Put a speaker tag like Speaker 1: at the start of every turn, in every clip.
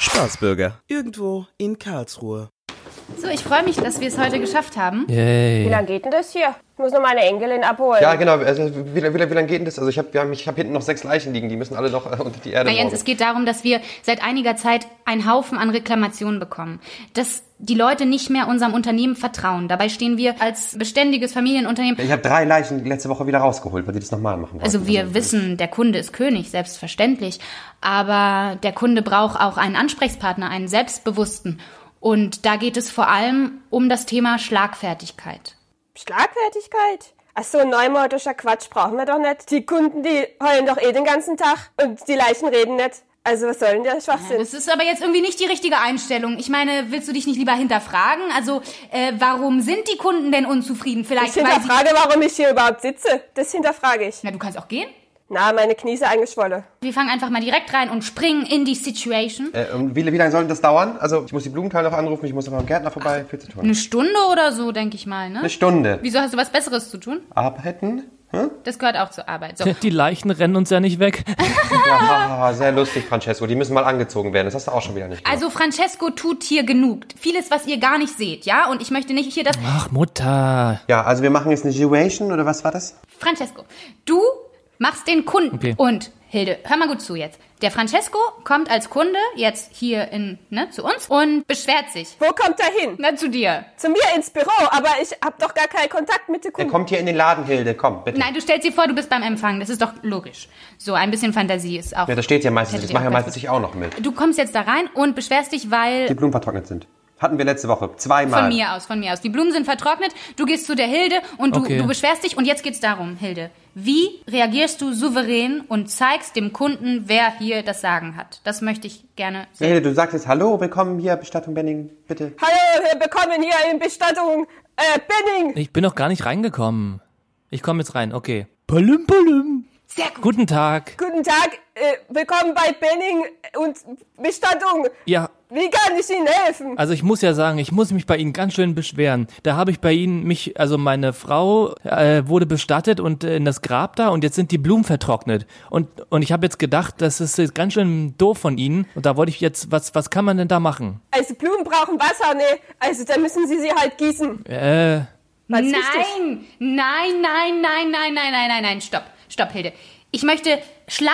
Speaker 1: Staatsbürger.
Speaker 2: Irgendwo in Karlsruhe.
Speaker 3: So, ich freue mich, dass wir es heute geschafft haben.
Speaker 4: Wie
Speaker 5: Yay.
Speaker 4: lange geht denn das hier? Ich muss noch meine Enkelin abholen.
Speaker 6: Ja, genau. Also, wie, wie, wie lange geht denn das? Also ich habe hab, ich hab hinten noch sechs Leichen liegen, die müssen alle noch äh, unter die Erde.
Speaker 3: Na Jens,
Speaker 6: morgen.
Speaker 3: es geht darum, dass wir seit einiger Zeit einen Haufen an Reklamationen bekommen. Dass die Leute nicht mehr unserem Unternehmen vertrauen. Dabei stehen wir als beständiges Familienunternehmen.
Speaker 6: ich habe drei Leichen letzte Woche wieder rausgeholt, weil die das nochmal machen wollten.
Speaker 3: Also wir wissen, der Kunde ist König, selbstverständlich. Aber der Kunde braucht auch einen Ansprechpartner, einen selbstbewussten. Und da geht es vor allem um das Thema Schlagfertigkeit.
Speaker 4: Schlagfertigkeit? Ach so, neumodischer Quatsch brauchen wir doch nicht. Die Kunden, die heulen doch eh den ganzen Tag und die Leichen reden nicht. Also was soll denn der Schwachsinn?
Speaker 3: Das ist aber jetzt irgendwie nicht die richtige Einstellung. Ich meine, willst du dich nicht lieber hinterfragen? Also, äh, warum sind die Kunden denn unzufrieden? Vielleicht
Speaker 4: Ich
Speaker 3: weil sie...
Speaker 4: hinterfrage, warum ich hier überhaupt sitze. Das hinterfrage ich.
Speaker 3: Na, du kannst auch gehen.
Speaker 4: Na, meine Knie sind eingeschwollen.
Speaker 3: Wir fangen einfach mal direkt rein und springen in die Situation.
Speaker 6: Äh, und wie, wie lange soll denn das dauern? Also ich muss die Blumenthal noch anrufen, ich muss noch mal am Gärtner vorbei, viel zu tun.
Speaker 3: Eine Stunde oder so, denke ich mal, ne?
Speaker 6: Eine Stunde.
Speaker 3: Wieso hast du was Besseres zu tun?
Speaker 6: Arbeiten? Hm?
Speaker 3: Das gehört auch zur Arbeit. So.
Speaker 5: Die Leichen rennen uns ja nicht weg.
Speaker 6: Ja, sehr lustig, Francesco. Die müssen mal angezogen werden. Das hast du auch schon wieder nicht. gemacht.
Speaker 3: Also Francesco tut hier genug. Vieles, was ihr gar nicht seht, ja? Und ich möchte nicht hier das...
Speaker 5: Ach, Mutter.
Speaker 6: ja, also wir machen jetzt eine Situation oder was war das?
Speaker 3: Francesco, du machst den Kunden.
Speaker 5: Okay.
Speaker 3: Und Hilde, hör mal gut zu jetzt. Der Francesco kommt als Kunde jetzt hier in, ne, zu uns und beschwert sich.
Speaker 4: Wo kommt er hin?
Speaker 3: Na, zu dir.
Speaker 4: Zu mir ins Büro, aber ich hab doch gar keinen Kontakt mit den
Speaker 6: Er
Speaker 4: Kunden.
Speaker 6: kommt hier in den Laden, Hilde. Komm, bitte.
Speaker 3: Nein, du stellst dir vor, du bist beim Empfang. Das ist doch logisch. So, ein bisschen Fantasie ist auch...
Speaker 6: Ja, das steht ja meistens.
Speaker 3: Hätte
Speaker 6: Das
Speaker 3: dir
Speaker 6: mache ja
Speaker 3: auch ganz
Speaker 6: meistens
Speaker 3: gut-
Speaker 6: ich auch noch mit.
Speaker 3: Du kommst jetzt da rein und beschwerst dich, weil
Speaker 6: Die Blumen vertrocknet sind. Hatten wir letzte Woche. Zweimal.
Speaker 3: Von mir aus, von mir aus. Die Blumen sind vertrocknet, du gehst zu der Hilde und du,
Speaker 5: Okay.
Speaker 3: du beschwerst dich. Und jetzt geht's darum, Hilde. Wie reagierst du souverän und zeigst dem Kunden, wer hier das Sagen hat? Das möchte ich gerne sehen.
Speaker 6: Hilde, du sagst jetzt Hallo, willkommen hier, Bestattung Benning, bitte.
Speaker 4: Hallo, wir bekommen hier in Bestattung äh, Benning.
Speaker 5: Ich bin noch gar nicht reingekommen. Ich komme jetzt rein, okay. Palüm, palüm.
Speaker 3: Sehr gut.
Speaker 5: Guten Tag.
Speaker 4: Guten Tag, äh, willkommen bei Benning und Bestattung.
Speaker 5: Ja,
Speaker 4: Wie kann ich Ihnen helfen?
Speaker 5: also ich muss ja sagen, ich muss mich bei Ihnen ganz schön beschweren. Da habe ich bei Ihnen mich, also meine Frau äh, wurde bestattet und äh, in das Grab da und jetzt sind die Blumen vertrocknet. Und, und ich habe jetzt gedacht, das ist jetzt ganz schön doof von Ihnen. Und da wollte ich jetzt, was, was kann man denn da machen?
Speaker 4: Also Blumen brauchen Wasser, ne? Also da müssen Sie sie halt gießen.
Speaker 5: Äh,
Speaker 4: Ganz
Speaker 3: Nein,
Speaker 4: wichtig.
Speaker 3: nein, nein, nein, nein, nein, nein, nein, nein, stopp, stopp, Hilde. Ich möchte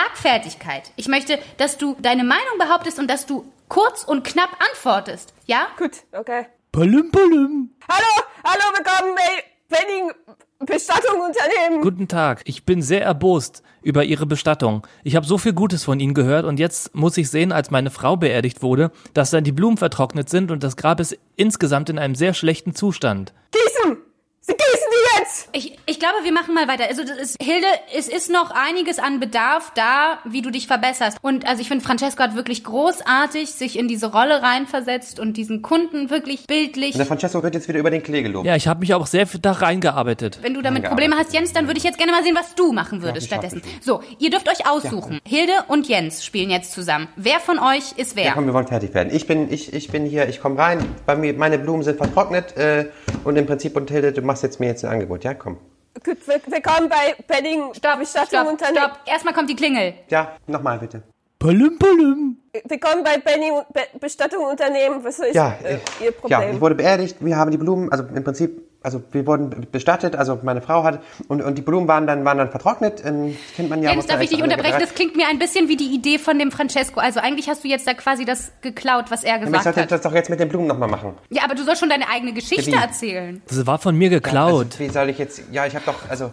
Speaker 3: Schlagfertigkeit. Ich möchte, dass du deine Meinung behauptest und dass du kurz und knapp antwortest. Ja?
Speaker 4: Gut, okay.
Speaker 5: palüm, palüm.
Speaker 4: Hallo, hallo, willkommen bei Benning Bestattung Unternehmen.
Speaker 5: Guten Tag, ich bin sehr erbost über Ihre Bestattung. Ich habe so viel Gutes von Ihnen gehört und jetzt muss ich sehen, als meine Frau beerdigt wurde, dass dann die Blumen vertrocknet sind und das Grab ist insgesamt in einem sehr schlechten Zustand.
Speaker 4: Gießen! Sie gießen die jetzt!
Speaker 3: Ich, ich glaube, wir machen mal weiter. Also das ist, Hilde, es ist noch einiges an Bedarf da, wie du dich verbesserst. Und also ich finde, Francesco hat wirklich großartig sich in diese Rolle reinversetzt und diesen Kunden wirklich bildlich.
Speaker 6: Und der Francesco wird jetzt wieder über den Klee gelobt.
Speaker 5: Ja, ich habe mich auch sehr viel da reingearbeitet.
Speaker 3: Wenn du damit
Speaker 6: Danke,
Speaker 3: Probleme
Speaker 6: aber-
Speaker 3: hast, Jens, dann würde ich jetzt gerne mal sehen, was du machen würdest
Speaker 6: ich hab
Speaker 3: stattdessen.
Speaker 6: bestimmt.
Speaker 3: So, ihr dürft euch aussuchen. Hilde und Jens spielen jetzt zusammen. Wer von euch ist wer?
Speaker 6: Komm, wir wollen fertig werden. Ich bin, ich, ich bin hier, ich komme rein, bei mir, meine Blumen sind vertrocknet äh, und im Prinzip, und Hilde, du machst jetzt mir jetzt ein Angebot, ja, komm.
Speaker 4: Gut, will- willkommen bei Benning Bestattung
Speaker 3: stopp,
Speaker 4: Unternehmen.
Speaker 3: stopp. Erstmal kommt die Klingel.
Speaker 6: Ja, nochmal bitte.
Speaker 5: Palüm, palüm.
Speaker 4: Willkommen bei Benning Be Bestattung Unternehmen. Was ist
Speaker 6: Ja,
Speaker 4: äh, Ihr
Speaker 6: ich- ja,
Speaker 4: Problem?
Speaker 6: ich wurde beerdigt, wir haben die Blumen, also im Prinzip, also wir wurden bestattet, also meine Frau hat, und, und die Blumen waren dann, waren dann vertrocknet, ähm, das kennt man ja.
Speaker 3: Jens,
Speaker 6: muss man
Speaker 3: darf ich
Speaker 6: extra
Speaker 3: dich unterbrechen?
Speaker 6: andere-
Speaker 3: Das klingt mir ein bisschen wie die Idee von dem Francesco. Also eigentlich hast du jetzt da quasi das geklaut, was er
Speaker 6: Ich
Speaker 3: gesagt
Speaker 6: sollte
Speaker 3: hat.
Speaker 6: das doch jetzt mit den Blumen nochmal machen.
Speaker 3: Ja, aber du sollst schon deine eigene Geschichte
Speaker 6: Ja, wie?
Speaker 3: erzählen.
Speaker 5: Das war von mir geklaut.
Speaker 6: Also, wie soll ich jetzt, ja, ich habe doch, also,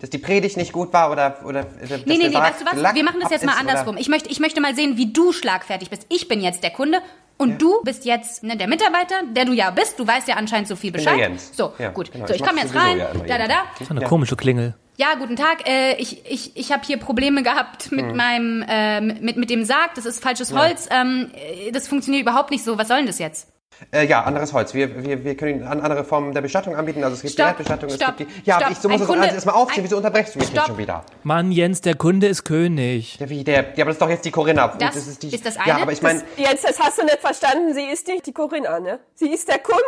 Speaker 6: dass die Predigt nicht gut war oder... oder dass
Speaker 3: Nee, nee,
Speaker 6: der
Speaker 3: nee,
Speaker 6: Sarg
Speaker 3: weißt du was?
Speaker 6: lack
Speaker 3: Wir machen das
Speaker 6: ab
Speaker 3: jetzt mal
Speaker 6: ist oder-
Speaker 3: andersrum. Ich möchte, ich möchte mal sehen, wie du schlagfertig bist. Ich bin jetzt der Kunde und du bist jetzt ne, der Mitarbeiter, der du ja bist. Du weißt ja anscheinend so viel
Speaker 6: bin der
Speaker 3: Bescheid.
Speaker 6: Jens.
Speaker 3: So,
Speaker 6: Ja,
Speaker 3: gut.
Speaker 6: genau.
Speaker 3: So,
Speaker 6: Ich
Speaker 3: ich komme
Speaker 6: mach's
Speaker 3: jetzt
Speaker 6: sowieso
Speaker 3: rein.
Speaker 6: ja immer
Speaker 3: da, da, da.
Speaker 5: Das war eine komische Klingel.
Speaker 3: Ja, guten Tag. Äh, ich ich, ich habe hier Probleme gehabt mit
Speaker 6: Mhm.
Speaker 3: meinem äh, mit, mit dem Sarg. Das ist falsches Holz. Ähm, äh, das funktioniert überhaupt nicht so. Was soll denn das jetzt?
Speaker 6: Äh, ja, anderes Holz. Wir, wir, wir können Ihnen an- andere Formen der Bestattung anbieten. Also es gibt
Speaker 3: Stopp,
Speaker 6: die Erdbestattung, es
Speaker 3: stopp,
Speaker 6: gibt die... Ja, aber
Speaker 3: stopp.
Speaker 6: ich so muss
Speaker 3: Ein
Speaker 6: das
Speaker 3: Kunde-
Speaker 6: alles erstmal aufziehen.
Speaker 3: ein-
Speaker 6: Wieso unterbrechst du mich
Speaker 3: Stopp.
Speaker 6: jetzt schon wieder?
Speaker 5: Mann, Jens, der Kunde ist König.
Speaker 6: Ja, wie der... Ja, aber das ist doch jetzt die Corinna. Und
Speaker 3: Das
Speaker 6: die,
Speaker 3: ist das
Speaker 6: Ja,
Speaker 3: eine?
Speaker 6: aber ich meine...
Speaker 4: Jetzt, das hast du nicht verstanden. Sie ist nicht die Corinna, ne? Sie ist der Kunde.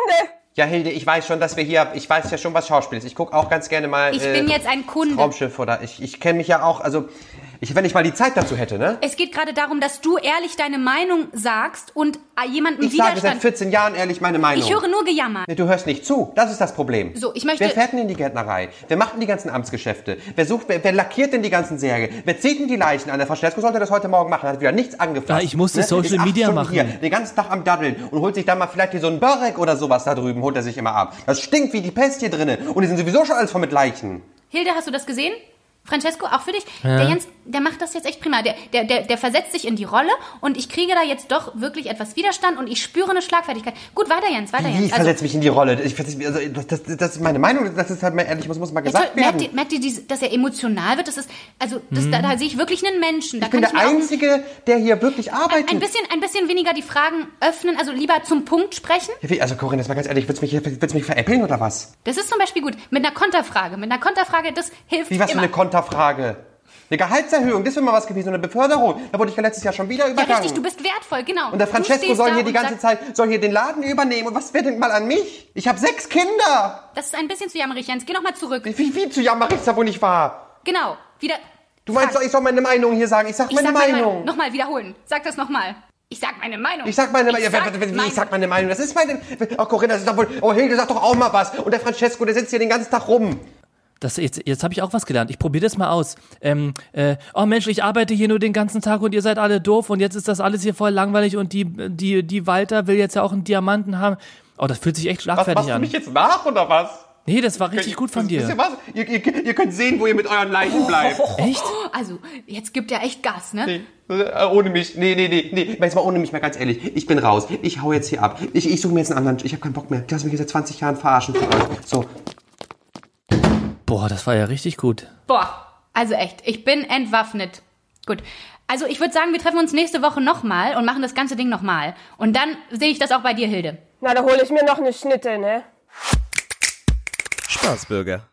Speaker 6: Ja, Hilde, ich weiß schon, dass wir hier... Ich weiß ja schon, was Schauspiel ist. Ich gucke auch ganz gerne mal...
Speaker 3: Ich
Speaker 6: äh,
Speaker 3: bin jetzt ein Kunde.
Speaker 6: Raumschiff oder... Ich, ich kenne mich ja auch... Also... Ich, wenn ich mal die Zeit dazu hätte, ne?
Speaker 3: Es geht gerade darum, dass du ehrlich deine Meinung sagst und äh, jemanden
Speaker 6: Ich sage seit
Speaker 3: Widerstand.
Speaker 6: 14 Jahren ehrlich meine Meinung.
Speaker 3: ich höre nur Gejammer.
Speaker 6: Nee, Du hörst nicht zu. Das ist das Problem.
Speaker 3: So, ich möchte-
Speaker 6: Wer fährt denn in die Gärtnerei? Wer macht denn die ganzen Amtsgeschäfte? Wer sucht, wer, wer lackiert denn die ganzen Särge? Wer zieht denn die Leichen an? Der Francesco sollte das heute Morgen machen. Hat wieder nichts angefasst. Ne?
Speaker 5: Ah, ich musste Social
Speaker 6: Ist acht
Speaker 5: Media
Speaker 6: Stunden
Speaker 5: machen.
Speaker 6: Hier, den ganzen Tag am Daddeln und holt sich dann mal vielleicht hier so einen Börek oder sowas da drüben, holt er sich immer ab. Das stinkt wie die Pest hier drinnen. Und die sind sowieso schon alles voll mit Leichen.
Speaker 3: Hilde, hast du das gesehen? Francesco, auch für dich. Der Jens, der macht das jetzt echt prima. Der, der, der, der versetzt sich in die Rolle und ich kriege da jetzt doch wirklich etwas Widerstand und ich spüre eine Schlagfertigkeit. Gut, weiter Jens, weiter
Speaker 6: Wie, ich
Speaker 3: Jens. Also,
Speaker 6: versetze mich in die Rolle. Ich, versetz mich- also, das, das, das ist meine Meinung. Das ist halt mal ehrlich, muss, muss mal
Speaker 3: jetzt,
Speaker 6: gesagt werden. Mhm.
Speaker 3: merkt ihr, merkt ihr dies- dass er emotional wird? Das ist, also, das, da, da sehe ich wirklich einen Menschen. Da
Speaker 6: ich bin
Speaker 3: kann
Speaker 6: der
Speaker 3: ich mir auch-
Speaker 6: Einzige, der hier wirklich arbeitet.
Speaker 3: ein bisschen, ein bisschen weniger die Fragen öffnen, also lieber zum Punkt sprechen.
Speaker 6: Ja, wie, also Corinne, jetzt mal ganz ehrlich, willst du mich, willst du mich veräppeln oder was?
Speaker 3: Das ist zum Beispiel gut. Mit einer Konterfrage. Mit einer Konterfrage, das hilft
Speaker 6: Wie was für
Speaker 3: immer.
Speaker 6: eine Konterfrage? Eine Gehaltserhöhung, das wäre mal was gewesen, eine Beförderung. Da wurde ich ja letztes Jahr schon wieder
Speaker 3: ja,
Speaker 6: übergangen.
Speaker 3: richtig, du bist wertvoll, genau.
Speaker 6: und der
Speaker 3: Du
Speaker 6: Francesco
Speaker 3: stehst
Speaker 6: soll
Speaker 3: da
Speaker 6: hier die
Speaker 3: und
Speaker 6: ganze
Speaker 3: sagst,
Speaker 6: Zeit, soll hier den Laden übernehmen. Und was wird denn mal an mich? Ich habe sechs Kinder.
Speaker 3: Das ist ein bisschen zu jammerig, Jens. Geh nochmal zurück.
Speaker 6: Wie, wie, wie zu jammer ich da wohl nicht wahr?
Speaker 3: Genau. Wieder.
Speaker 6: Du meinst doch, ich soll meine Meinung hier sagen. Ich sag meine Meinung.
Speaker 3: Nochmal wiederholen. Sag das nochmal. Ich sag meine Meinung.
Speaker 6: Ich sag meine Meinung.
Speaker 3: Ich sag
Speaker 6: Ich sag meine Meinung. Das ist meine. Oh, Corinna, das ist doch wohl. Oh, Hilde, sag doch auch mal was. Und der Francesco, der sitzt hier den ganzen Tag rum.
Speaker 5: Das, jetzt jetzt habe ich auch was gelernt. Ich probiere das mal aus. Ähm, äh, oh Mensch, ich arbeite hier nur den ganzen Tag und ihr seid alle doof und jetzt ist das alles hier voll langweilig und die, die, die Walter will jetzt ja auch einen Diamanten haben. Oh, das fühlt sich echt
Speaker 6: Was,
Speaker 5: schlagfertig
Speaker 6: machst du
Speaker 5: an.
Speaker 6: mich jetzt nach oder was?
Speaker 5: Nee, das war richtig gut von
Speaker 6: Wisst ihr
Speaker 5: dir.
Speaker 6: was? Ihr, ihr, ihr könnt sehen, wo ihr mit euren
Speaker 3: Oh,
Speaker 6: Leichen bleibt.
Speaker 5: Echt?
Speaker 3: Also, jetzt gibt er echt Gas, ne?
Speaker 6: Nee, äh, ohne mich. Nee, nee, nee, nee. Jetzt mal ohne mich mal ganz ehrlich. Ich bin raus. Ich hau jetzt hier ab. Ich, ich suche mir jetzt einen anderen. Ich habe keinen Bock mehr. Du hast mich hier seit 20 Jahren verarschen. So.
Speaker 5: Boah, das war ja richtig gut.
Speaker 3: Boah. Also echt, ich bin entwaffnet. Gut. Also, ich würde sagen, wir treffen uns nächste Woche nochmal und machen das ganze Ding nochmal. Und dann sehe ich das auch bei dir, Hilde.
Speaker 4: Na, da hole ich mir noch eine Schnitte, ne?
Speaker 2: Spaßbürger.